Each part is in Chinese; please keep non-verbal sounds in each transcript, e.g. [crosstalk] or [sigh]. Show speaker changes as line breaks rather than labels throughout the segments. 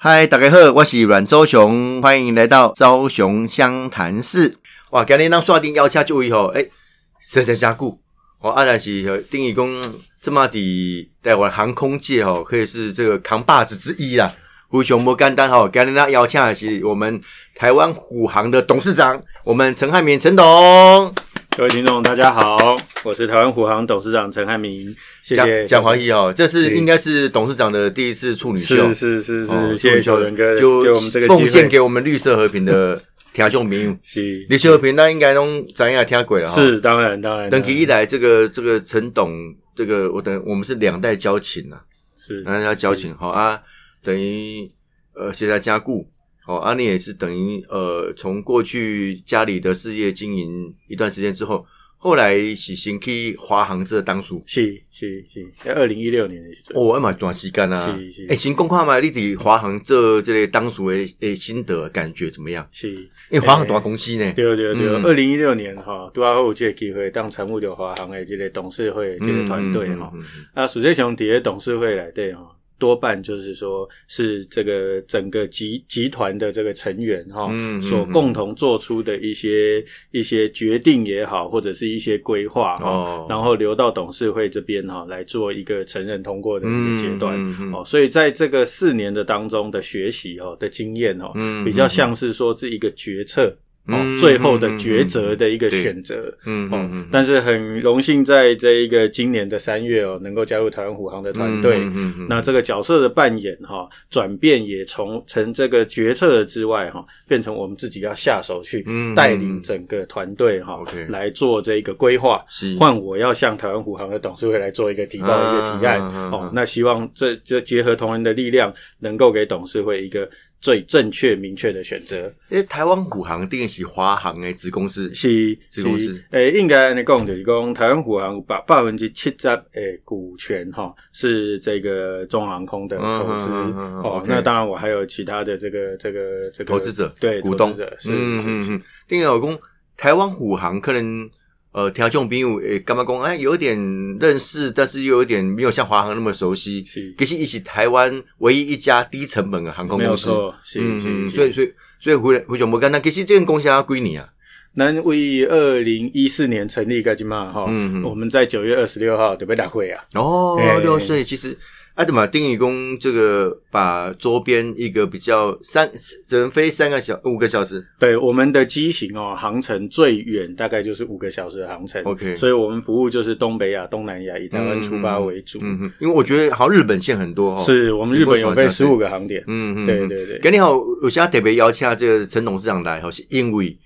嗨，大家好，我是阮周雄，欢迎来到周雄湘潭市。哇，今日咱刷顶邀请这位吼，诶、实在加固哦，啊，但是呃定义讲这么的台湾航空界吼、可以是这个扛把子之一啦。胡雄不简单吼、今日咱邀请的是我们台湾虎航的董事长，我们陈汉民陈董，
各位听众，大家好，我是台湾虎航董事长陈汉明，谢谢
蒋华义哦，这是
是
应该是董事长的第一次处女秀，
是是是是，
哦
谢谢小仁哥
就
给我们这个机
奉
会，
献给我们绿色和平的听众朋友。
是
绿色和平，那应该拢咱也听过了哈。，
是当然当然，
等起一来，这个这个陈董，这个我等我们是两代交情呐、
是
啊，要交
嗯
情好啊，等于呃现在加固。哦，啊，你也是等于呃，从过去家里的事业经营一段时间之后，后来是先去华航这当属，
是是是，在二零一六年的时候，
哦，啊嘛短时间啊
是是，
哎，先讲看嘛，你伫华航这这类当属的诶心得感觉怎么样？
是
因为华航大公司呢，
对对对，
嗯
二零一六年哈，拄啊好有这个机会当常务的华航的这个董事会的这个团队哈，
嗯嗯嗯嗯
那蜀翠雄底下董事会来对哈，多半就是说是这个整个集集团的这个成员哈、
嗯嗯
所共同做出的一些一些决定也好，或者是一些规划哈、
哦
然后留到董事会这边哈、来做一个承认通过的一个阶段。
嗯嗯嗯
哦，所以在这个四年的当中的学习哦的经验哦，
嗯
比较像是说是一个决策
嗯
哦，最后的
嗯嗯
抉择的一个
对
选择。
嗯
哦
嗯，嗯，
但是很荣幸在这一个今年的三月哦，能够加入台湾虎航的团队。
嗯嗯嗯
那这个角色的扮演哈、转变也从从这个决策之外哈、变成我们自己要下手去
嗯
带领整个团队哈、
OK 嗯
来做这个规划。
是
换我要向台湾虎航的董事会来做一个提报的一个提案、
啊啊啊啊
哦，那希望这这结合同仁的力量，能够给董事会一个最正确明确的选择。
诶，台湾虎航定是华航诶子公司，
是
子公司
是，诶、应该安尼讲就是讲，台湾虎航有百百分之七十诶股权哈、是这个中华航空的投资、
嗯嗯嗯嗯
哦
OK。
那当然，我还有其他的这个这个这个
投资者
对
股东
投资者是、
嗯
是
嗯
是
嗯，定老公，台湾虎航可能呃，听众朋友诶，干嘛讲哎，有点认识，但是又有点没有像华航那么熟悉，
是
其实一起台湾唯一一家低成本的航空
没有
公司，
错，是
嗯
是
嗯，
是
所以所以所以回回熊摩干，那其实这间公司要归你啊，
南威二零一四年成立个金嘛哈，
嗯嗯
我们在九月二十六号准备大会啊，
哦
哎，
六岁其实。啊，对嘛，丁义工这个把周边一个比较三只能飞三个小五个小时，
对我们的机型哦，航程最远大概就是五个小时的航程
OK
所以我们服务就是东北亚、东南亚，以台湾出发为主。
嗯哼，因为我觉得好像日本线很多哦。，
是我们日本有飞十五个航点，
嗯嗯，
对
嗯。
对对，
跟你好，我现在特别邀请这个陈董事长来哦，是因为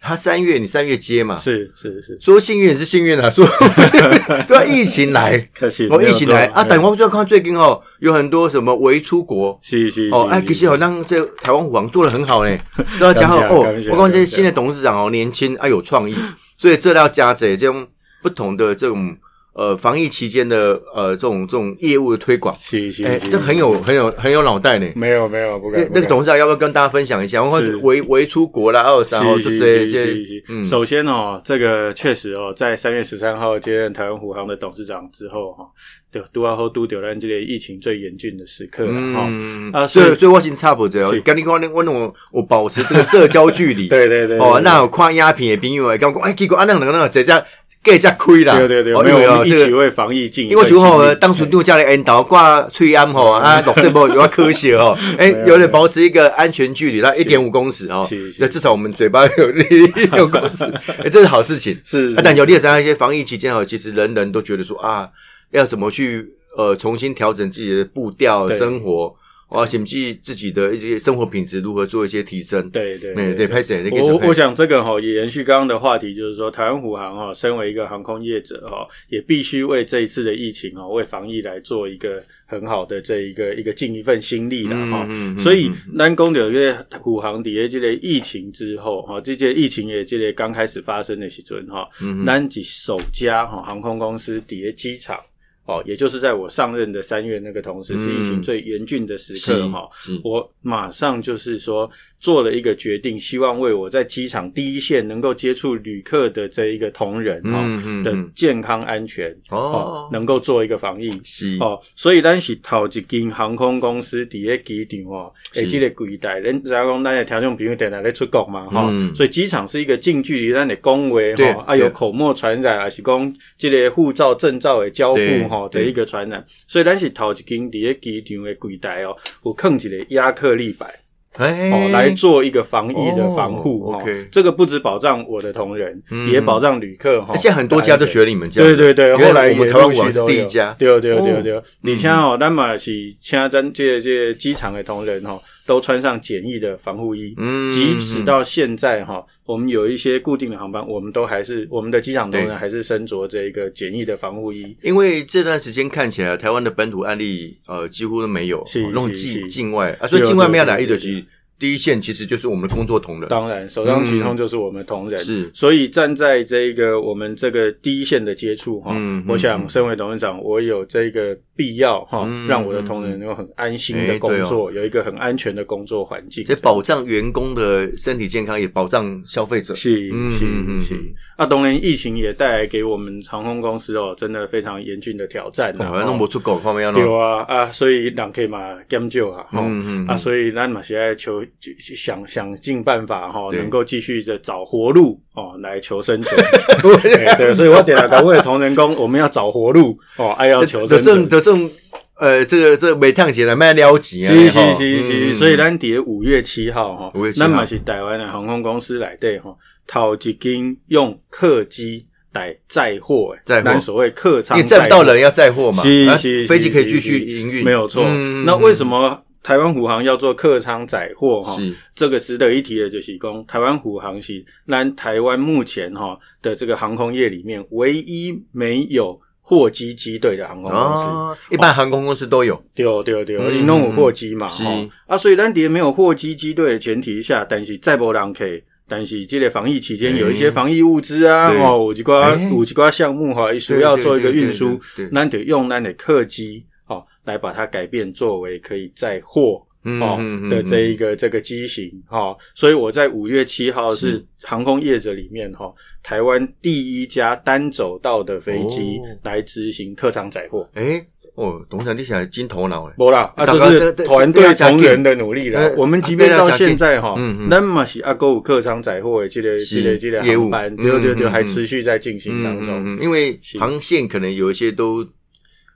他三月你三月接嘛，
是是是，
说幸运也是幸运啊，
[laughs]
说对啊，疫情来，
可惜
我疫情来啊，但
我，
我就看最近哦，有很多什么微出国。
是是
哦，哎，
是
其实好像这台湾虎王做的很好
[laughs]
嘞，这要加好
感谢
哦
感谢。
我讲这些新的董事长哦，年轻啊有创意，所以这要加这这种不同的这种呃防疫期间的呃这种这种业务的推广，
是是
哎、
是，
这很有很有很有脑袋呢。
没有没有不敢
那那个董
西。
事长要不要跟大家分享一下？我
是
围围出国啦，二
是
三哦，这
是
这
是
这
是是，
嗯
首先哦，这个确实哦，在三月十三号接任台湾虎航的董事长之后哈，就都要后都丢烂这类疫情最严峻的时刻了哈。
嗯
啊
所
所
以
以
所以我已经差不多了
是。
跟你讲，我我我保持这个社交距
[laughs]
离。
对对对，
哦，
对
那有看鸦片的朋友会跟我讲，哎，结果啊那个那个这家这家亏啦。
对对对，
哦
没有
因为
我
哦
们一
这个
起为防疫尽一
因为
份
主
心力。
要当初度假的引导挂翠安吼啊，录这 [laughs] 波有要科学哦，哎，
没有
有点保持一个安全距离，那一点五公尺哦
是，是
那至少我们嘴巴有一 [laughs] 六公尺，哎，这是好事情。
是
啊，但有第三一些防疫期间哦，其实人人都觉得说啊，要怎么去呃重新调整自己的步调、
对
生活，啊，甚至自己的一些生活品质如何做一些提升。
对对
嗯，对，拍谁？那
我
个
我想这个哈、也延续刚刚的话题，就是说台湾虎航哈、身为一个航空业者哈、也必须为这一次的疫情哈、为防疫来做一个很好的这一个一个尽一份心力了哈、
嗯嗯嗯
所以南宫柳月虎航底下这类疫情之后哈、这些疫情也这类刚开始发生的时阵哈，
嗯
南极首家哈、航空公司底下机场。哦，也就是在我上任的三月那个同时，是疫情
嗯
最严峻的时
是
刻哈、
是
我马上就是说做了一个决定，希望为我在机场第一线能够接触旅客的这一个同仁哈、
嗯嗯
的
嗯
健康安全
哦
能够做一个防疫。
是
哦，所以咱是头一间航空公司伫咧机场哦，
是
诶，即个柜台，咱知影讲咱的听众朋友定定咧出国嘛，吼、
嗯
所以机场是一个近距离咱的讲
对
话吼，啊
对
有口沫传染，还是讲即个护照、证照的交
对
付吼的
对
一个传染，所以咱是头一间伫咧机场的柜台哦，有放一个亚克力板。哦
哎，，
来做一个防疫的防护
哦
哦
OK
这个不只保障我的同仁，
嗯
也保障旅客哈。
现在很多家都
学。
学你们这样的，
对对对，
原
后来
我们
也
台湾
陆续
网是
都
第一
有
家，
对对对
哦
对。你像哦，那么是现在这这机场的同仁哦，都穿上简易的防护衣。
嗯
即使到现在哈，我们有一些固定的航班，我们都还是我们的机场同
对
仁还是身着这一个简易的防护衣。
因为这段时间看起来，台湾的本土案例呃几乎都没有，
是
哦弄
是
境
是
境外啊，所以
对
境外
对
没有来
对
一的，
对啊
其第一线其实就是我们的工作同仁，
当然，首当其冲就是我们同仁。
是
所以站在这个我们这个第一线的接触哈，
嗯
我
嗯
想身为董事长，我有这个必要哈，
嗯哦
让我的同仁能够很安心的工作，有一个很安全的工作环境。
这保障员工的身体健康，也保障消费者。
是
嗯
是
嗯嗯
是
嗯，
那当然，疫情也带来给我们航空公司哦，真的非常严峻的挑战
哎
啊。
好像弄不出狗方面要
对
弄，
啊啊，所以人客嘛减少啊，吼、
嗯嗯
啊，
嗯
所以咱嘛是要求就就想想尽办法哈、
对
能够继续的找活路哦来求生
[laughs]
存。对对，所以我点了岗位同仁工，我们要找活路哦，爱要求
得
生
正
存。
得正，呃，这个这每趟节来卖撩级啊，
是
吼
是是
嗯
是，
嗯
所以咱伫五月七号哈
5月，7号
咱嘛是台湾的航空公司内底哈，头一间用客机来载货的，
载货
咱所谓客舱
因
载
为
货，
载不到人要载货嘛，
是
啊
是，
飞机
是
可以继
是
续
是
营运，
没有错。
嗯
那为什
么
么台湾虎航要做客舱载货哈？
是
这个值得一提的就是讲，台湾虎航是咱台湾目前哈的这个航空业里面唯一没有货机机队的航空公司。哦
啊？一般航空公司都有，
对对对，
嗯
因拢有货机嘛，
是
吼、啊，所以咱伫没有货机机队的前提下，但是再无人客，但是这个防疫期间
哎
有一些防疫物资啊，
对
哦，有一寡、
哎
有一寡项目哈，需要做一个运输
对对对对对，
咱得用咱的客机哦来把它改变作为可以载货
嗯
哦
嗯嗯
的这
嗯
一个这个机型哦，所以我在五月七号
是
是航空业者里面哈、哦，台湾第一家单走道的飞机
哦
来执行客舱载货。
哎，哦，董事长你起来金头脑哎，
不啦，啊，
大
这
家
是
对
团
对
队
对对啊
同仁的努力啦
对。
我们即便到现在哈
嗯嗯，
那么是阿哥五客商载货的这个、
是
这个、这个
业务
航班，
嗯
对对对，
嗯
还
嗯
持续在进行当中。
嗯嗯嗯因为
是
航线可能有一些都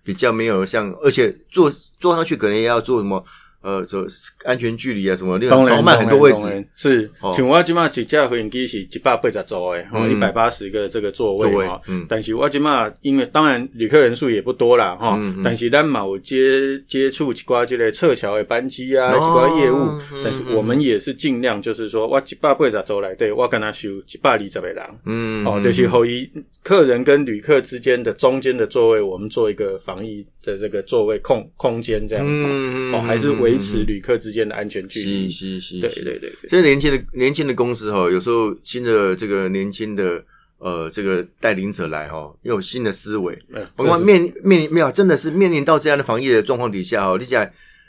比较没有像，而且坐坐上去可能也要做什么呃，走安全距离啊什么，那
当
种
然，
超慢很多
当然
位
当然
置，
是
哦，
像我即马一架飞行机是一百八十座诶，吼，一
嗯
百八十个这个座
座
位
位
哈
嗯。
但是我即马因为当然旅客人数也不多啦哈
嗯嗯，
但是咱嘛有接接触一寡这个撤侨的班机啊，
哦
一寡业务
嗯，
但是我们也是尽量就是说，我一百八十座内底，我跟他收一百二十个人。
嗯，
哦，就是
嗯
后一客人跟旅客之间的中间的座位，我们做一个防疫的这个座位空空间这样子，
嗯
哦，还是维持
嗯
旅客之间的安全距
是
离。
是是，
对
是
对对对，
这年轻的年轻的公司哈、有时候新的这个年轻的呃这个带领者来哈、要有新的思维。
嗯
我们面面临没有，真的是面临到这样的防疫的状况底下哦，你想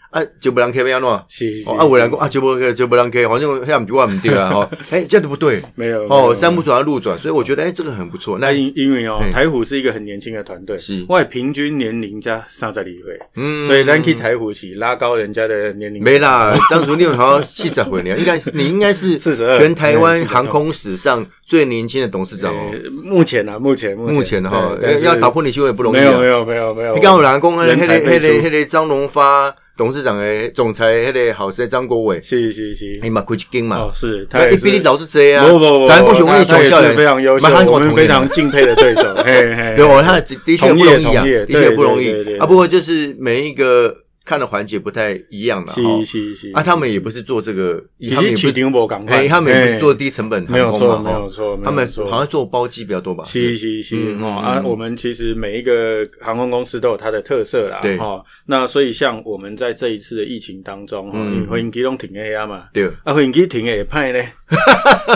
啊，就不让 K 要弄啊，
是是
哦啊，有人讲啊，就不就不让 K，反正遐唔对我唔对啊，哦，哎，这样对不
[laughs]
对？
没有
哦，山
木。
不转要路转，所以我觉得哎，这个很不错。那
那因因为哦
嘿，
台虎是一个很年轻的团队，
是
外平均年龄加三十二岁，
嗯
所以 l a n k y 台虎是拉高人家的年
[laughs]
龄。
没啦，当初你有好像气质回 [laughs] 年，应该是你应该是
42
全台湾
嗯42
航空史上最年轻的董事长哦。
呃，目前啊，目前
目前的哈，
对
要
但是
要打破你新闻也不容易啊。
没有没有没有没有，
你刚有人讲，迄个、
人才
迄个、
辈
迄
出
个、迄个张荣发董事长的总裁，迄个好师张国伟，
是是是
哎，嘛开一间嘛
哦，，是，他
哎，
也
伊
是
比你早就这样啊，
不不不，
台湾不雄
他
越
他
雄
也
校
是
人，
非常优秀
蛮韩，国
我们
同
非
年
常敬佩的对
[laughs]
手。嘿嘿，
对哦，他的的确不容易啊，
同业
的
同业
确不容
对对
易
对对
啊。不过就是每一个看的环节不太一样了哈。
是是是
啊，他们也不是做这个，
其
他们也不
实起
是，
顶无赶快，
哎，他们也不是做
嘿
低成本航
没有
空
错
嘛，
没有
哈，
错，没有
他们
错
好像做包机比较多吧？
是是是
嗯
哦啊，
嗯
我们其实每一个航空公司都有它的特色啦，
对
哦，那所以像我们在这一次的疫情当中，哦，
嗯
因为飞行机拢停 A 啊嘛，
对，
啊，飞行机停的会
[laughs]
歹呢。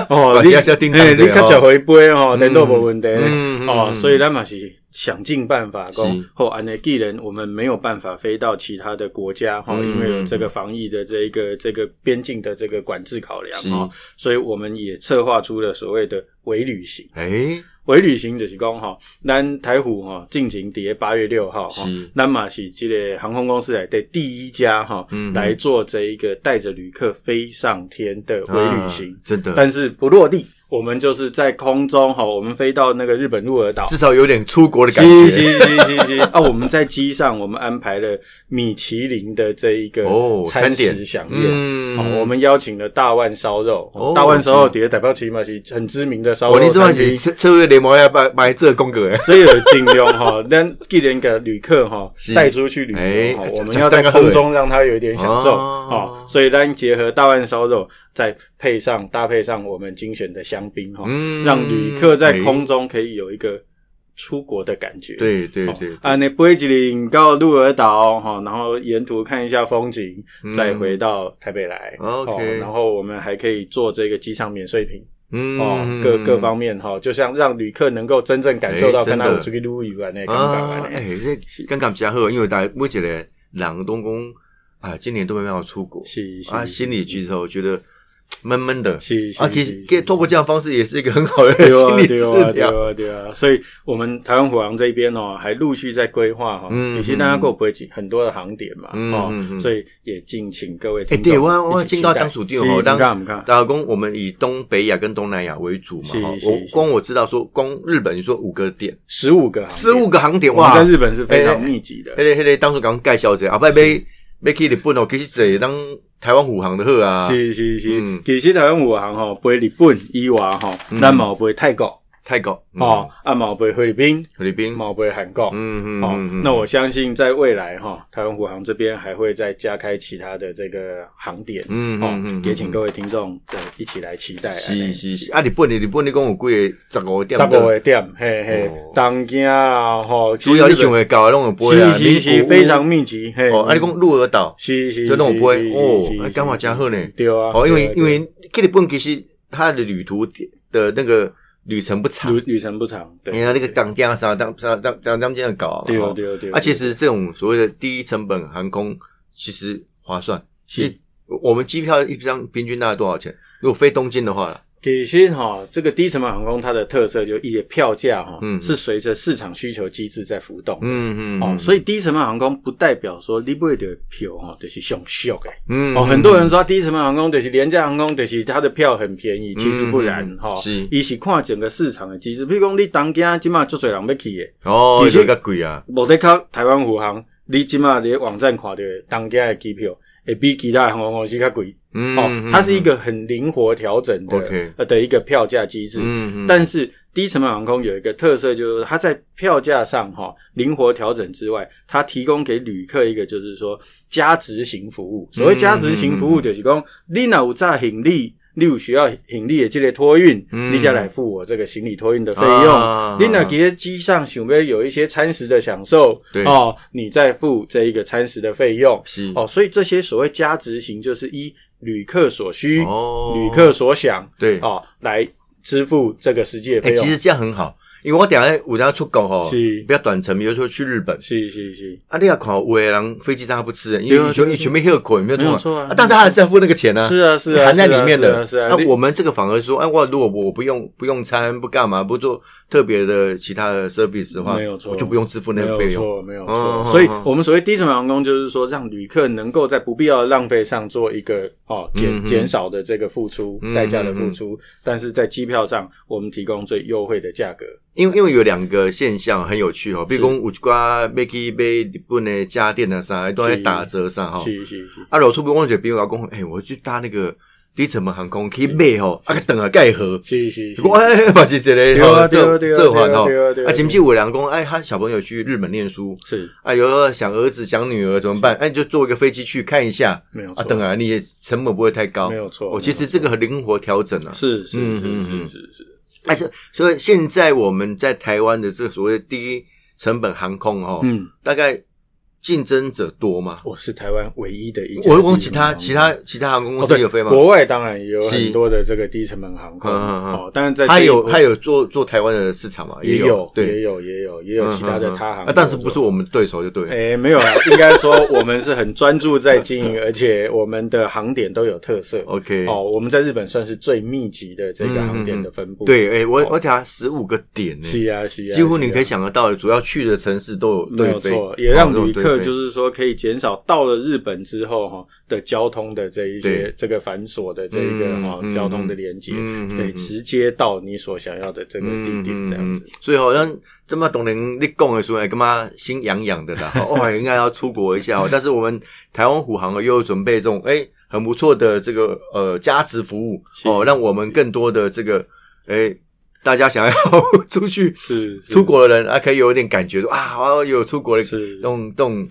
哦
嘛是要小叮当
嘿
者
你较
哦
少回杯哦，电脑无问题
嗯嗯
呢。哦，
嗯
所以咱嘛是想尽办法讲
是，
后安内既然我们没有办法飞到其他的国家哈，
嗯
因为有这个防疫的这一个这个边境的这个管制考量
是
哈，所以我们也策划出了所谓的伪旅行。
诶，
伪旅行就是讲哈，咱台虎哈进行伫八月六号哈
是，
咱嘛是这个航空公司来的第一家哈
嗯，
来做这一个带着旅客飞上天的伪旅行
啊，真的，
但是不落地，我们就是在空中哈，我们飞到那个日本鹿儿岛。
至少有点出国的感觉。
是是是是是 [laughs] 啊！我们在机上，我们安排了米其林的这一个
哦餐点
食飨宴。
嗯
哦，我们邀请了大腕烧肉，
哦
大腕烧肉底下代表起码是很知名的烧
我
肉
哦你这
餐
款
厅
是。策策略联盟要买买这个风格诶，哎
所以有尽量哈， [laughs] 但既然给旅客哈
是
带出去旅
哎
游哈，
这
我们
这
要在
这个好
空中让他有一点享受
哦
哦，所以咱结合大碗烧肉，再配上搭配上我们精选的香槟哈，
嗯
让旅客在
哎
空中可以有一个出国的感觉。
对对
哦。
对，嗯
啊，你飞吉林到鹿儿岛哈，然后沿途看一下风景，再回到台北来。
嗯 OK
哦然后我们还可以做这个机场免税品。
嗯哎
哦，各各方面哈、就像让旅客能够真正感受到
哎真
跟
的
他有出去旅游玩的感觉
啊，
玩
哎
的。，
这感觉真好，因为大家每一个人都讲啊，今年都没办法出国，
是是
啊，心里其实我觉得闷闷的，
是是
啊，其
是
实
是
可以透过这样的方式，也是一个很好的
对
心
啊
理
对啊
治
对
疗。
啊对啊，所以我们台湾虎航这边哦，还陆续在规划哈，
嗯
有些大家够不会进很多的航点嘛
嗯嗯
哦
嗯，
所以也敬请各位
哎，
听众一起期待。
对我我警告当属地哦，当
当干不干？
大家讲我们以东北亚跟东南亚为主嘛，
是
哈
是
我
是
光我知道说，光日本你说五个点，
十啊五个航点，
十五个航点
我们
哇，
在日本是非
哎
常密集的
迄。个迄个当初刚介绍者，啊，拜拜，要去日本哦，其实这当台湾虎航的好啊，
是是
嗯嗯
是，其实台湾虎航吼，飞日本以外吼，咱嘛有飞泰国
泰国嗯
哦，啊嘛有飞菲律宾，
菲律宾，
嘛有飞韩国，
嗯嗯
哦
嗯，嗯，
那我相信在未来哈、台湾虎航这边还会再加开其他的这个航点，
嗯
哦，
嗯嗯嗯
也请各位听众呃一起来期待。呃
是是是，啊，日本的日本你讲有几个十五个点
十
的，
五个点，嘿嘿
哦，
东京啦，吼，
主要你想
是
会到的拢有飞啊，
是是
名古
是
屋
非常密集，嘿，嗯
哦，啊，你讲鹿儿岛，
是是
就那种
是
飞
是
哦
是
哎
是
感觉
是
真好呢
是对啊，
哦，因为
对啊
因为去日本其实它的旅途的那个旅程不长
旅，旅程不长，对
你，看那个港点啊啥当啥当当当这样搞啊，
对
哦
哦对哦对哦，
啊，其实这种所谓的低成本航空其实划算。
是
其实我们机票一张平均大概多少钱？如果飞东京的话啦，
其实哈、这个低成本航空它的特色就一票价哈、
嗯
是随着市场需求机制在浮动的。
嗯
哦，所
以
以低成本航空不代表说你买的票哦，就是上俗诶。
嗯
哦，很多人说低成本航空就是廉价航空，就是它的票很便宜，其实不然
嗯
哈。哦
是
伊是看整个市场的机制，比如讲你东京即马足侪人要去诶，
哦，
其实
有个贵啊，
无得靠台湾虎航，你即马伫网站看到的东京的机票会比其他的航空公司较贵。
嗯
哦，它是一，个很灵活调整的
OK
呃的一个票价机制。
嗯嗯，
但是低成本航空有一个特色，就是它在票价上哈、灵活调整之外，它提供给旅客一个就是说价值型服务。
嗯
所谓价值型服务，就是嗯讲、你哪有在行李，你有需要行李的这类托运，
嗯
你再来付我这个行李托运的费用。
啊
你哪在机上想要有一些餐食的享受
对嗯
哦，你再付这一个餐食的费用。
是
哦，所以这些所谓价值型，就是依旅客所需、
哦
旅客所想，
对
哦，来支付这个实际的
哎，
费用。
其实这样很好，因为我等一下我等一下出国哦，
是
比较短程，比如说去日本。
是是是，
啊，你要看有的人飞机上他不吃，因
对啊
为你全
对啊
你全没喝口，没有
没有错啊
但是他还是要付那个钱啊，
是啊是啊，
含在
是啊
里面的。
是啊。是啊
那
你
我们这个反而说，哎，我如果我不用不用餐不干嘛不做特别的其他的 service 的话，
没有错
我就不用支付那个费用。
没有错，没有
嗯
错。
嗯
所以
嗯，
我们所谓低成本航空，就是说让旅客能够在不必要的浪费上做一个哦
嗯
减
嗯
减少的这个付出
嗯
代价的付出，但是在机票上，我们提供最优惠的价格。
因为因为有两个现象很有趣哦，比如讲有一挂要去买日本的家电啊啥，都在打折上哈。
是是是，
啊，老出不我觉得比如讲，哎，我去搭那个低成本航空去买吼，啊个等啊盖盒。
是是是，
我哎，嘛是一
对
个
啊
吼
对啊
这
对啊
这环吼
对啊对啊对，啊
啊，甚至有人讲，哎，他小朋友去日本念书，
是
啊，有时候想儿子想女儿怎么办？哎、你就坐一个飞机去看一下
没有错
啊，等啊，你也成本不会太高。
没有错
我、其实这个很灵活调整啊。
是是
嗯
是
嗯嗯
是是是。
但是所以现在我们在台湾的这个所谓低成本航空哦，
嗯，
大概竞争者多吗？
我是台湾唯一的一家
我
低
是讲其
成本
他
航空
其他其他航空公
哦
司
对，
有飞吗？
国外当然也有
是
很多的这个低成本航空，
嗯嗯嗯
哦，但是在
他
这一
有
波
他有做做台湾的市场嘛？
也
有对，
也有也有也有其他的他
嗯嗯
航
嗯啊，但是不是我们对手就对了。
诶、没有啦，应该说我们是很专注在经营，而且我们的航点都有特色。
[laughs] OK，
哦，我们在日本算是最密集的这个
嗯
航点的分布。
对，哎，我
哦
我讲十五个点呢，
是啊，是啊，
几乎你
是啊
可以想得到的，主要去的城市都有
没有
对飞哦
错，，也让旅客就是是说可以减少到了日本之后哈的交通的这一些
对
这个繁琐的这一个
嗯
哈
嗯
交通的连接
嗯，嗯
可以
嗯
直接到你所想要的这个地点这样子。。
所以好像这么懂人，你讲的时候，哎，干嘛心痒痒的
[laughs]
啦？哦，应该要出国一下哦。但是我们台湾虎航又有准备这种哎很不错的这个呃加值服务
是
哦，让我们更多的这个哎大家想要 [laughs] 出去
是是
出国的人啊，可以有一点感觉说啊，我有出国的
是
这种这种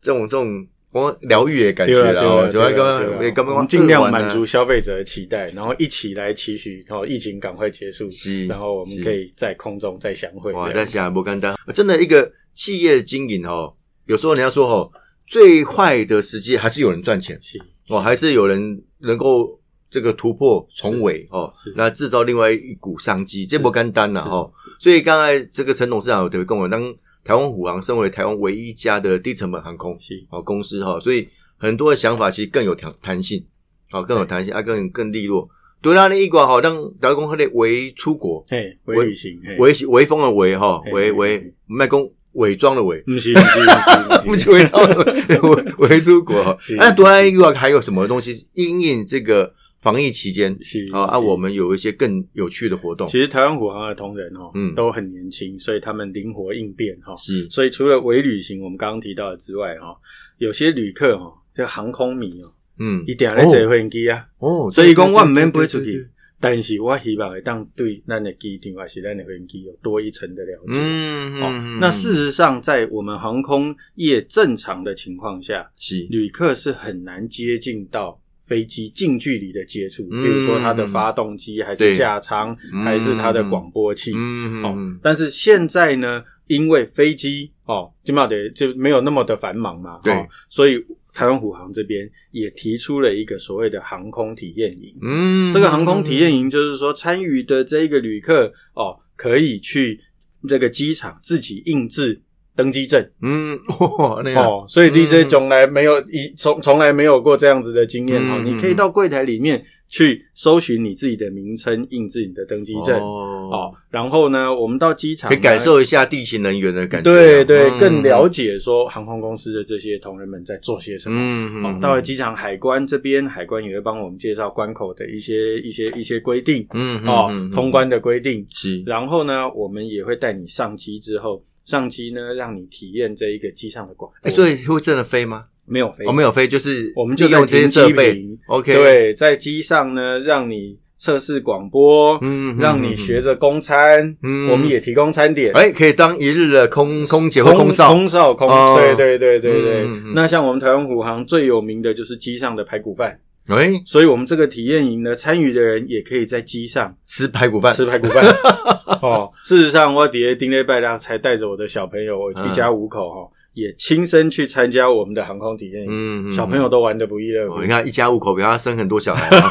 这种这种我疗愈的感
对
觉
了，
啦
对了，
哦，
对
所
了
以刚
对
刚刚
了我们
刚
尽量满足消费者的期待，然后一起来期许，然后疫情赶快结束
是，
然后我们
是
可以在空中再相会。
哇，
这样
但是还不简单，真的一个企业的经营哦，有时候你要说哦，最坏的时机还是有人赚钱
是
哦，还是有人能够这个突破重围哦
是，
那制造另外一股商机，这不简单呐
是
哈。所以刚才这个陈董事长有特别跟我当台湾虎航身为台湾唯一一家的低成本航空
是
哦公司哈、所以很多的想法其实更有弹弹性，哦更有弹性啊更更利落。对啦，那一管好让台湾公司的为出国，
嘿，
我
微旅行，嘿
伪伪风的伪哈，
嘿
伪
嘿
伪
嘿，
卖公伪装的伪
不
[laughs]
是不是不
不
是
是伪装的伪，伪出国
是。
那多然以外还有什么东西？因应这个防疫期间
不是，
啊，啊，
是
我们有一些更有趣的活动，
其实台湾虎航的同仁哦，
嗯
都很年轻，所以他们灵活应变哈、
是
所以除了微旅行我们刚刚提到的之外哈、哦有些旅客哈、就航空迷哦，
嗯
一定要来坐飞机啊，
哦，
所以讲我唔免
不
飞
会
出去，但是我希望会当对咱的机场啊还是咱的飞机有多一层的了解。
嗯，
哦
嗯，
那事实上，在我们航空业正常的情况下，
是
旅客是很难接近到飞机近距离的接触，
嗯
比如说它的发动机，还
对
是架舱，还是它的广播器。
嗯
哦
嗯，
但是现在呢，因为飞机哦，起码得就没有那么的繁忙嘛，
对
哦，所以台湾虎航这边也提出了一个所谓的航空体验营。
嗯，
这个航空体验营就是说，参与的这一个旅客哦，可以去这个机场自己印制登机证。
嗯，哇，那样
哦，所以
嗯
DJ 从来没有一从从来没有过这样子的经验哦。
嗯
你可以到柜台里面去搜寻你自己的名称，印制你的登机证哦
哦，
然后呢，我们到机场
可以
呢
感受一下地勤人员的感觉啊，
对对，
嗯
更了，解说航空公司的这些同仁们在做些什么。
嗯
哦，到了，机场海关这边，海关也会帮我们介绍关口的一些一些一些规定
嗯嗯
哦
嗯嗯，
通关的规定。
是，
然后呢，我们也会带你上机之后，上机呢让你体验这一个机上的广
哎，
播。
所以会真的飞吗？
没有飞，
我、哦、没有飞，就是
我们就
利
在
用这些
停
设
机
备
坪
，OK，，
对，在机上呢，让你测试广播，
嗯
让你学，着供餐，
嗯
我们也提供餐点，
哎、可以当一日的空空姐或
空
空少，
空少，空，
哦
对对对对对。
嗯嗯嗯
那像我们台湾虎航最有名的就是机上的排骨饭，
哎、
所以我们这个体验营呢，参与的人也可以在机上
吃排骨饭，
吃排骨
[laughs]
饭。哦，事实上，我底下丁内拜拉才带着我的小朋友，我
嗯
一家五口哈、哦，也亲身去参加我们的航空体验营，
嗯
小朋友。都玩的不亦乐乎
哦、你。看，一家五口，比他生很多小孩、啊。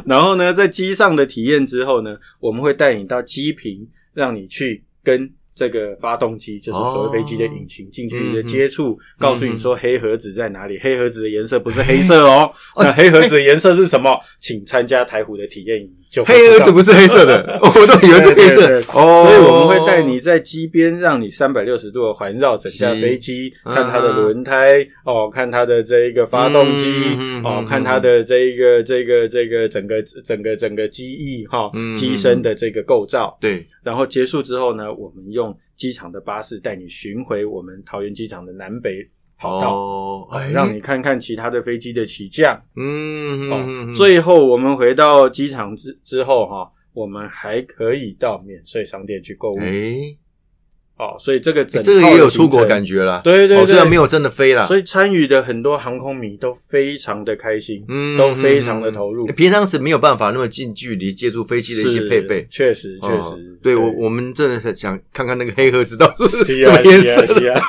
[laughs] 然后呢，在机上的体验之后呢，我们会带你到机坪，让你去跟这个发动机，就是所谓飞机的引擎近距离的接
嗯
触，告诉你说黑盒子在哪里，黑盒子的颜色不是黑
[laughs]
色哦，
哦
那黑盒子的颜色是什么？请参加台虎的体验营就会
黑
知
儿
道
子不是黑色
[laughs]
的，我都以为是黑色
对对对
哦。
所以我们会带你在机边，让你三百六十度的环绕整架飞机，
嗯
看它的轮胎哦，看它的这一个发动机、
嗯嗯嗯
哦
嗯，
看它的这一个这个这个整个整个整个机翼哈
嗯
机身的这个构造。
对，
然后结束之后呢，我们用机场的巴士带你巡回我们桃园机场的南北跑道，
哦，
哦
哎，
让你看看其他的飞机的起降。
嗯，
哦
嗯，以
最后我们回到机场之之后哈、我们还可以到免税商店去购物。
哎，
哦，所以这个整
这个
套的
也有
行
出国
程
感觉啦。
对对对
哦，虽然没有真的飞啦，
所以参与的很多航空迷都非常的开心，
嗯哎
都非常的投入。
平常时没有办法那么近距离接触飞机的一些
是
配备。
确实确
哦
实，
对我我们真的很想看看那个黑盒子到底是 [laughs]
是
什
啊
么颜
是
色
啊
的，
是啊，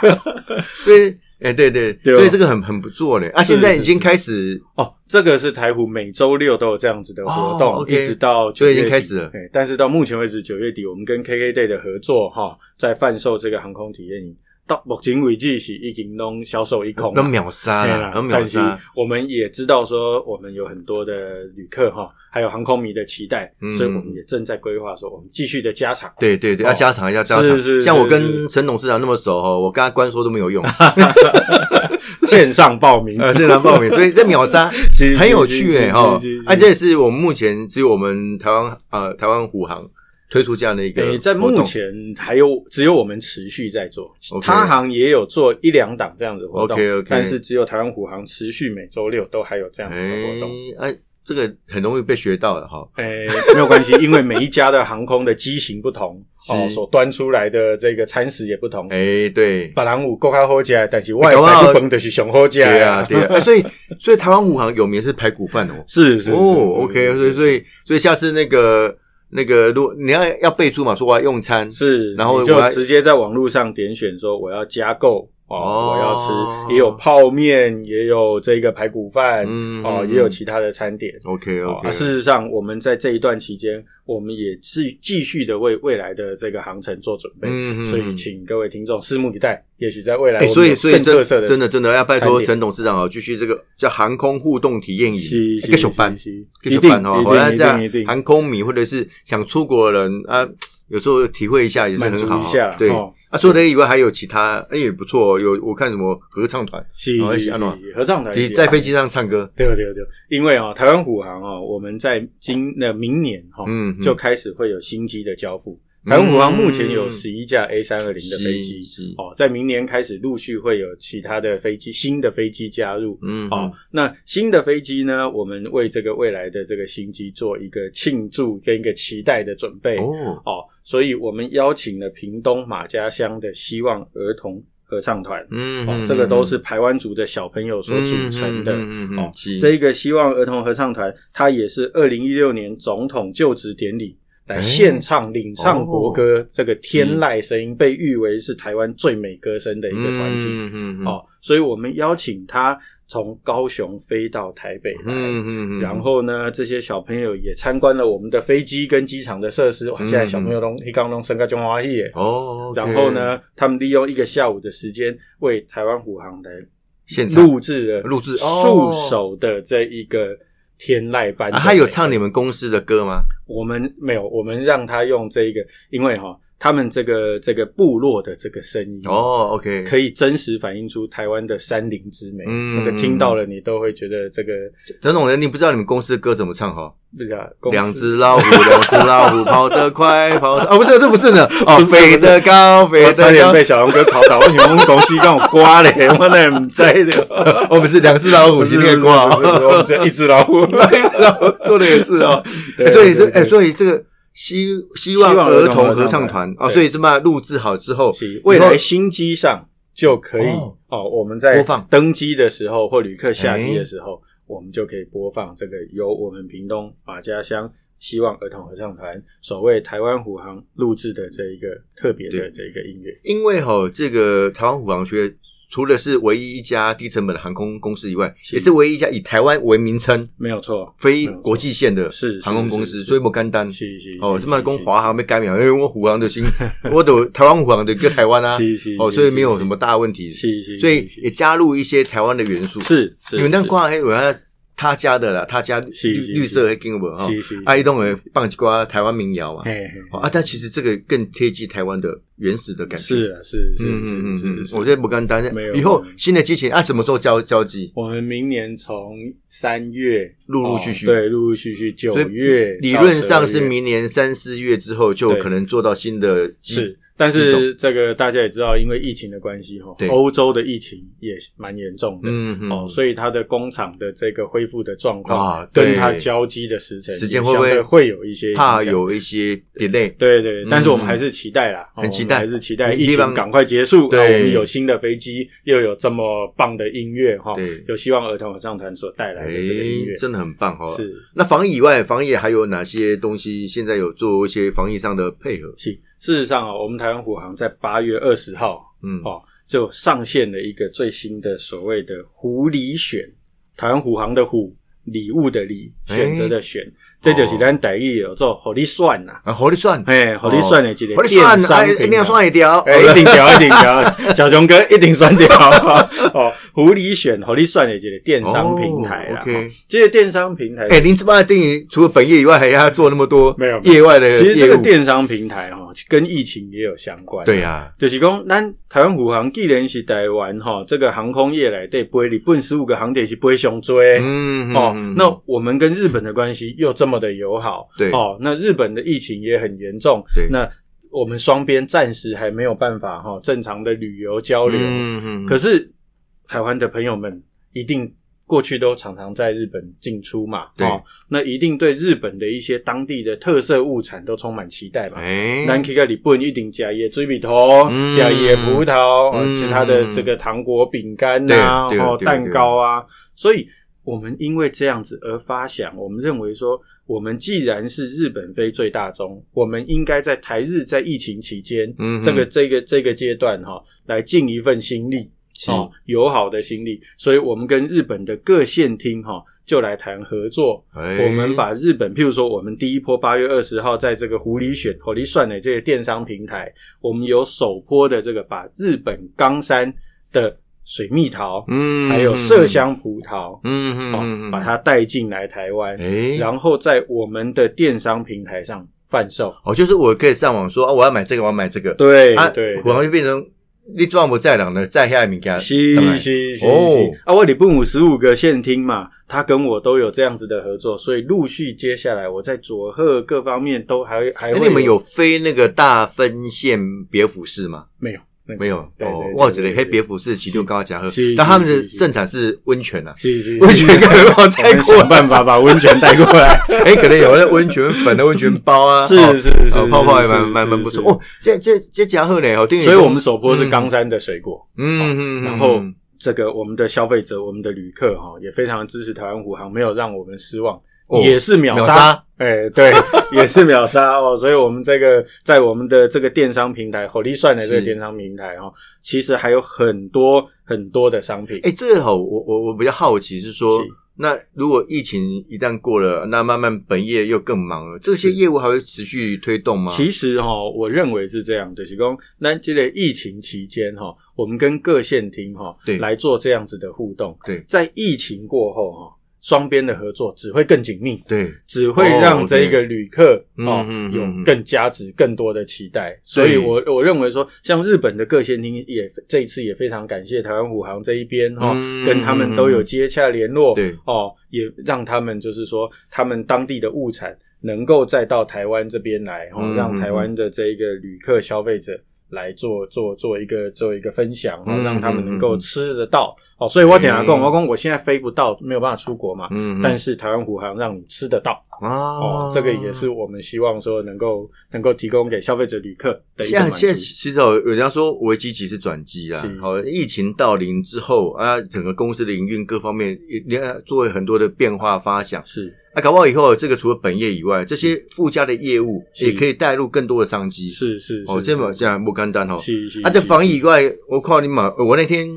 [laughs] 所以哎、对对，
对哦
所以这个很很不错呢。啊，
是
现在
是
已经开始
[laughs] 哦，这个是台湖每周六都有这样子的活动，
哦，OK
一直到
就
九
已
月
经
底
开始了
哎但是到目前为止，九月底我们跟 KKday 的合作哈、在贩售这个航空体验营，到目前为止是已经弄销售一空了
能秒杀
对
了，
啦
能秒
但是
杀。
我们也知道说，我们有很多的旅客哈，还有航空迷的期待，
嗯
所以我们也正在规划说，我们继续的加长。
对对对，
哦
要加长，要加长。
是是
像我
是
跟陈董事长那么熟哦，我跟他官说都没
[laughs]
有用，
[laughs] 线上报名，
呃，现场报名，所以这秒杀
[laughs] 是
很有趣哎哈
是是是。是
啊，这也是我们目前只有我们台湾呃台湾虎航推出这样的一个活动。
诶，哎在目前还有只有我们持续在做
OK，
他行也有做一两档这样子的活动
OK，OK
但是只有台湾虎航持续每周六都还有这样子的啊活动。
哎，哎，这个很容易被学到了哈。
诶，没有关系，因为每一家的航空的机型不同，哦，
[laughs] 是
所端出来的这个餐食也不同。
哎，对，
别人有够较好食，但是我
欸搞不好
排骨饭就是上好食
对啊，对啊。 [laughs] 哎所以所以台湾虎航有名是排骨饭哦。
是是是
哦，OK，所以所
以
以所以下次那个那个，如果你要要备注嘛，说我要用餐，
是，
然后
你
我
就
还
直接在网络上点选说我要加购
哦
哦，我要吃，也有泡面，也有这个排骨饭，
嗯
哦，
嗯
也有
嗯
其他的餐点。
OK
哦
OK，、
啊事实上，我们在这一段期间，我们也是继续的为未来的这个航程做准备，
嗯嗯嗯
所以请各位听众拭目以待。也许在未来
哎、
我
所
们
以
有
所以
更特
真
色的
真的真的要拜
餐
托
点
陈董事长哦，继续这个叫航空互动体验营，
是
一个手办，
是是
一
一
个
定
手
一
办哦，好像
定一
这样
定一定
航空迷或者是想出国的人啊，有时候体会一下也是
满
很
足
好
一
哦、
下
对、
哦
啊，除了这以外还有其他，哎、也不错、哦，有我看什么合唱团，
是
哦
是
是
是
安怎
是合唱团
你
是啊
在飞机上唱歌，
对对对，因为啊、台湾虎航哦，我们在今呃明年哈、
嗯嗯
就开始会有新机的交付。
嗯
台湾虎航目前有十一架 A 三二零的飞机
是是
哦，在明年开始陆续会有其他的飞机、新的飞机加入。
嗯，
哦，那新的飞机呢？我们为这个未来的这个新机做一个庆祝跟一个期待的准备。
哦，
哦，所以我们邀请了屏东马家乡的希望儿童合唱团，
嗯
哦，这个都是排湾族的小朋友所组成的。
嗯嗯嗯嗯嗯
哦
是，
这个希望儿童合唱团，它也是二零一六年总统就职典礼
哎
来献唱、领唱国
哦
歌，这个天
嗯
籁声音被誉为是台湾最美歌声哦的一个团体。
嗯嗯嗯，
哦，所以我们邀请他从高雄飞到台北来。
嗯嗯嗯，
然后呢，这些小朋友也参观了我们的飞机跟机场的设施。哇，
嗯
现在小朋友都一刚弄升个中华裔耶。
哦，OK
然后，呢，他们利用一个下午的时间，为台湾虎航来
现场
录制了
录制哦
数首的这一个天籁般的美声、
啊，他有唱你们公司的歌吗？
我们没有，我们让他用这一个，因为哈、他们这个这个部落的这个声音
哦，OK，
嗯可以真实反映出台湾的山林之美。
嗯
那个听到了，你都会觉得这个
陈总，你不知道你们公司的歌怎么唱哈？
那个公司
两只老虎，两只老虎跑得快，跑
[laughs]
得啊，不是，这不是呢，哦，
不是
飞得高，飞
我差
得
点
高，
被小龙哥考
[laughs]
倒，我想讲东西让我刮嘞，我那也不在
[laughs]
的。
哦，不是，两只老虎
不
今
是
天挂，
不是不是我们只有一只老
[laughs]
虎。
然后说的也是哦，
对
所以这
对
哎，
对
所以这个希希望
希望
儿
儿
童
童
合
合
唱
唱团
团啊，
对
所以这么录制好之后
是，
以
未
后
来新机上就可以
哦
哦我们在
播放哎
登机的时候或旅客下机的时候，我们就可以播放这个由我们屏东马家乡希望儿童合唱团所谓台湾虎航录制的这一个特别的
对
这一个音乐。
因为哈、这个台湾虎航学除了是唯一一家低成本的航空公司以外，
是
也是唯一一家以台湾为名称
没有错，
非国际线的
嗯是是
航空公
是
司，
是
所以不简单。
是是
哦，
是
这么
是
跟
是
华航被改名，因为我虎航的新，我的台湾虎航的跟台湾啊，
[laughs] 是是
哦，
是
所以
是
没有
是
什么大问题，
是是，
所以
是
也加入一些台湾的元素。，
是是
你们那
是
挂黑我要他家的啦，他家绿
是是
绿色黑金文哈
是是，
啊，一栋会放几挂台湾民谣嘛，
嘿嘿
哦啊，但其实这个更贴近台湾的原始的感觉。
是啊是
嗯
是
嗯
是
嗯
是
嗯
是，
嗯，我觉得不简单
没有。
以后新的机型啊，什么时候交交机？
我们明年从三月
陆陆续续
哦对，陆陆续续九
所以
月到
理论上
12
是
月
明年三四月之后就
对
可能做到新的机
是，但是这个大家也知道，因为疫情的关系哈
对，
欧洲的疫情也蛮严重的。
嗯嗯
哦，所以它的工厂的这个恢复的状况，
啊
跟
对
它交机的时程，
时间会不会
会会有一些影
怕
响？
有一些 delay。
对对，但是我们
嗯
还是期待啦，哦
很期待
我们还是期待
你
疫
希
情
望
赶快结束，
对
然后我们有新的飞机，又有这么棒的音乐哈
对，
有希望儿童合唱团所带来的这个音乐
诶，真的很棒哦。
是
那防疫以外，防疫还有哪些东西？现在有做一些防疫上的配合？
是。事实上啊，我们台湾虎航在八月二十号
嗯，
哦，就上线了一个最新的所谓的“虎礼选”，台湾虎航的虎，礼物的礼，
哎
选择的选，这就是咱台语有做“好你算”呐，
啊，活力算，
哎，好你
哦
算的这个
活力
电
算，
商
哎，
平
你要
台。
算一条，
哎，一定调，一定调，小熊哥一定算掉。哦， [laughs] 狐狸选，狐狸算的这个电商平台啦。
哦，OK
这个电商平台，
哎，您这帮定义除了本业以外，还要做那么多
没有没有
业外的
其实这
业
个
务？
电商平台哈、哦，跟疫情也有相关。
对啊呀，
就是讲，咱台湾虎航既然是台湾哈、这个航空业来对飞日本十五个航点是不会熊追。
嗯，
哦
嗯，
那我们跟日本的关系又这么的友好，
对
哦，那日本的疫情也很严重，
对
那我们双边暂时还没有办法哈、正常的旅游交流，
嗯嗯，
可是台湾的朋友们一定过去都常常在日本进出嘛，
对
哦，那一定对日本的一些当地的特色物产都充满期待嘛。
哎，
咱去到日本一定加椰水蜜桃，
嗯
加椰葡萄，呃
嗯
吃它的这个糖果、饼干呐，
对对
哦，
对
蛋糕啊。所以我们因为这样子而发想，我们认为说，我们既然是日本非最大宗，我们应该在台日在疫情期间，
嗯哼
这个这个这个阶段哈、来尽一份心力，
是
哦，友好的心力。所以我们跟日本的各县厅哈、就来谈合作，
哎
我们把日本，譬如说，我们第一波八月二十号在这个狐狸选、狐狸算的这个电商平台，我们有首波的这个把日本冈山的水蜜桃，
嗯，
还有麝香葡萄，
嗯，嗯
哦
嗯嗯，
把它带进来台湾，
哎，
然后在我们的电商平台上贩售。
哦，就是我可以上网说啊，我要买这个，我要买这个，
对
啊，
对，
然后就变成你专门在人呢，在下面给他，
是
当然
是是是
哦
啊，我礼本五十五个县厅嘛，他跟我都有这样子的合作，所以陆续接下来我在佐贺各方面都还还
那
会
哎你们有飞那个大分县别府市吗？
没有？那个
没有
对对
哦
对，
我
对
觉得
对
黑
对
别府市其实就刚刚讲喝
是，
但
是
他们的
是是
盛产是温泉啊，
是是，
温
是
泉可能要
[laughs] 我
再
们
过
想办法把温泉带过来。
哎，可能有那温泉粉的温泉包啊，
[laughs] 是
哦
是是
哦泡泡也
是
蛮
是
蛮蛮
是
不
是
错哦。这这这家伙呢，哦，对
所以我们首波是冈山的水果，
嗯嗯嗯，
然后
嗯
这个我们的消费者、我们的旅客哈、也非常支持台湾虎航，没有让我们失望。
哦
也是秒
秒
杀
杀，
哎、对， [laughs] 也是秒杀哦。所以，我们这个在我们的这个电商平台，火力算的这个
是
电商平台哦，其实还有很多很多的商品。
哎，这个好，我我我比较好奇是说
是。
那如果疫情一旦过了，那慢慢本业又更忙了，这些业务还会持续推动吗？
其实哈、哦，我认为是这样的，就是说，那这个疫情期间哈、哦，我们跟各县厅哈、哦、
对
来做这样子的互动。
对
在疫情过后哈、哦，双边的合作只会更紧密，
对，
只会让这一个旅客
哦嗯
哦
嗯嗯
有
嗯
更加值、更多的期待。所以我我认为说，像日本的各县厅也这一次也非常感谢台湾虎航这一边哈、哦
嗯
跟他们都有接洽联络，
对
哦，也让他们就是说他们当地的物产能够再到台湾这边来，哦，
嗯
让台湾的这一个旅客消费者。来做做做一个做一个分享，哦，
嗯
让他们能够
嗯嗯
吃得到哦。所以我等下跟
嗯
我讲，我现在飞不到，没有办法出国嘛。
嗯，
但
是
是台湾虎航让你吃得到哦
哦，
这个也是我们希望说能够能够提供给消费者旅客的一个
现
满
在现在
足。
其实有人家说危机即是转机啊
是，
好，疫情到临之后啊，整个公司的营运各方面也也做了很多的变化发想，
是
啊，搞不好以后这个除了本业以外，这些附加的业务
是
也可以带入更多的商机。
是是
哦，
是
这么
是
这样不简单哦。
是是
啊，这
是
防疫以外，我靠你妈！我那天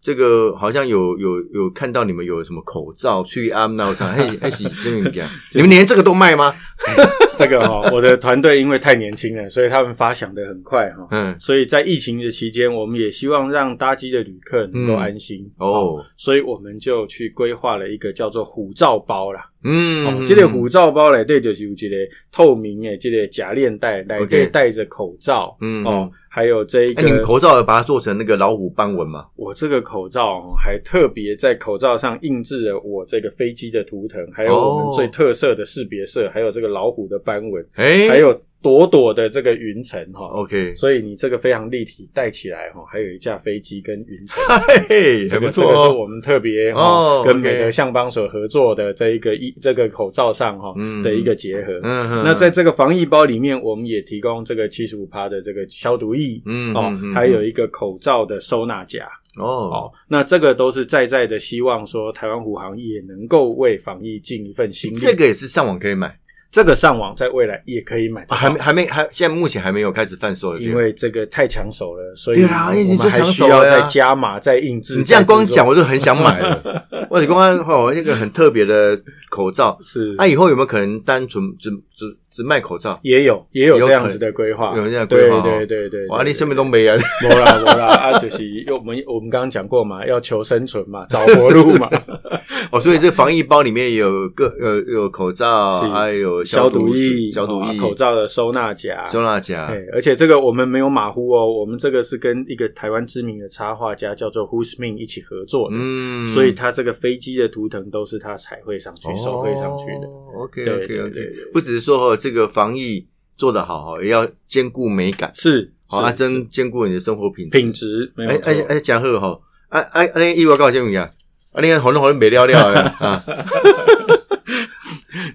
这个好像有有有看到你们有什么口罩、去安那我啥，嘿，嘿是这么
[laughs]
讲，你们连这个都卖吗？
[laughs] 这个哈，我的团队因为太年轻了，所以他们发想的很快哈。
嗯，
所以在疫情的期间，我们也希望让搭机的旅客能够
嗯
安心、哦，
哦，
所以我们就去规划了一个叫做“虎罩包”啦。哦
嗯，，
这个护罩包内底就是有一个透明的这个假链带，内底
OK
戴着口罩，
嗯
哦，还有这一
哎、你
个
们，口罩有把它做成那个老虎斑纹吗？
我这个口罩哦还特别在口罩上印制了我这个飞机的图腾，还有我们
哦
最特色的识别色，还有这个老虎的斑纹，
哎、
还有朵朵的这个云层哈。
OK，
所以你这个非常立体带起来哈，还有一架飞机跟云层，
嘿嘿，
这
很不
个这
错
个是
哦。
我们特别
哦
哈跟
OK
美德相邦所合作的这一个一这个口罩上哈
嗯
的一个结合。
嗯哼，
那在这个防疫包里面，我们也提供这个七十五趴的这个消毒液
嗯
哦
嗯嗯，
还有一个口罩的收纳夹
哦，
哦。那这个都是在在的希望说，台湾虎航也能够为防疫尽一份心力。
这个也是上网可以买，
这个上网在未来也可以买得到，
啊还没还没还现在目前还没有开始贩售的。
因为这个太抢手了，所以
对啦
我
你
们
就
还
抢
需
手
要
了呀啊
再加码、再印制。
你这样
再制作
光讲我就很想买
[laughs]
了。我者光哦，那个很特别的口罩，啊
是
那、以后有没有可能单纯只只只卖口罩？
也有也有
有
这样
可
子的规划，
有这样的规划
对
哦
对对对。
哇，
对
你身边都没啊！
没啦没啦 [laughs] 啊，就是因为我们我们刚刚讲过嘛，要求生存
[laughs]
嘛，找活路嘛，
[laughs] 哦，所以这防疫包里面有各呃有口罩，
是
还有
消
毒
毒液、
消毒
啊
液、
口、罩的收纳夹。
收纳夹。
对，而且这个我们没有马虎哦，我们这个是跟一个台湾知名的插画家叫做 Who's Min 一起合作的，
嗯，
所以他这个飞机的图腾都是他彩绘上去、
哦
手绘上去的。
OK
对
OK
对对
OK，不只是说哦，这个防疫做得好哦，也要兼顾美感，
是，
好
是
啊，
是
兼兼顾你的生活品质。
品质没有
哎
错。
哎哎，讲好吼，啊啊啊！你意外搞什么呀？啊，你看好像好像没了了的啊！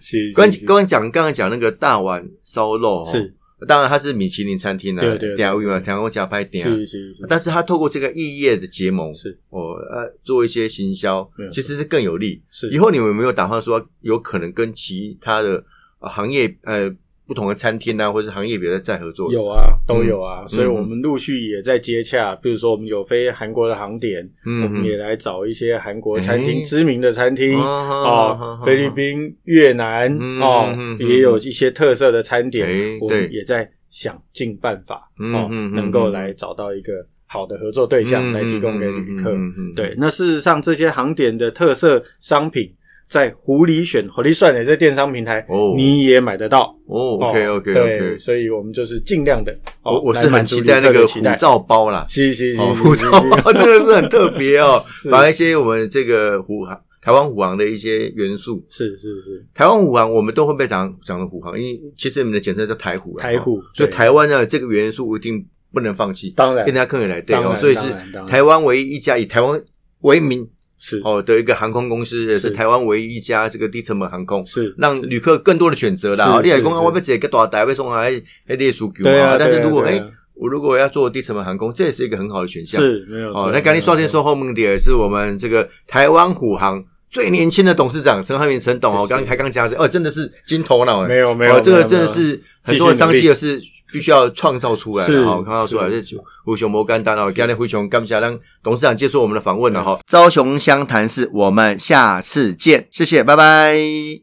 是，是
刚
是
刚刚讲刚刚讲那个大碗烧肉，
是，
当然它是米其林餐厅啊，
对对对
点位嘛，天空加拍点啊，
是是是，
但是它透过这个异业的结盟，
是
哦呃做一些行销
没有，错
其实是更有利。
是
以后你们有没有打算说，有可能跟其他的呃行业呃不同的餐厅啊，或者是行业别的再合作？
有啊，都有啊，所以
嗯
我们陆续也在接洽，比如说我们有飞韩国的航点，
嗯
我们也来找一些韩国餐厅、
诶
知名的餐厅。
哦
哦，菲律宾、越南
嗯
哦
嗯嗯，
也有一些特色的餐点
诶，
我
对
们也在想尽办法
嗯
哦
嗯嗯，嗯
能够来找到一个好的合作对象来提供给旅客。对，，那事实上这些航点的特色商品，在狐狸选、狐狸算的这电商平台，
哦
你也买得到。
哦，OK OK
对，
OK，
所以我们就是尽量的，哦
我我是
来满
很
足
期待
旅客
那
的
个
期
护
待。
照包啦，
是是是，
哦，
是
虎
是
照包 [laughs] 真的是很特别哦，
[laughs] 是
把一些我们这个虎航台湾虎航的一些元素，
是是是，
台湾虎航我们都会被讲讲的虎航，因为其实你们的简称叫台虎啊，
台虎
哦所以
对
台湾呢这个元素一定不能放弃，
当然
跟大家客人来对
当
哦，
然
所以
当
是
然当然
台湾唯一一家以台湾为名
是
哦的一个航空公司，也是
是
台湾唯一一家这个低成本航空。
是
让
是
旅客更多的选择啦，
是
哦你
是
来讲啊，
是
我要直接个大台要送来还列出球
对啊
但是
对啊
如果
对
哎
啊，
我如果要做低成本航空，这也是一个很好的选项。
是没有错
哦，那刚才
没有
刷天
错
说后梦的也是我们这个台湾虎航最年轻的董事长陈汉明陈董哦，
谢谢
刚才刚讲是哦，真的是金头脑哎，
没有没有
哦这
没
个
有
真的
没有
是
继
很
续
多的
努
商
力
机的是必须要创造出来
是
的哈，哦创造出来
是
这灰熊摩干丹哦，今天灰熊感谢让董事长接受我们的访问了哈，朝雄湘潭市，我们下次见，谢谢，拜拜。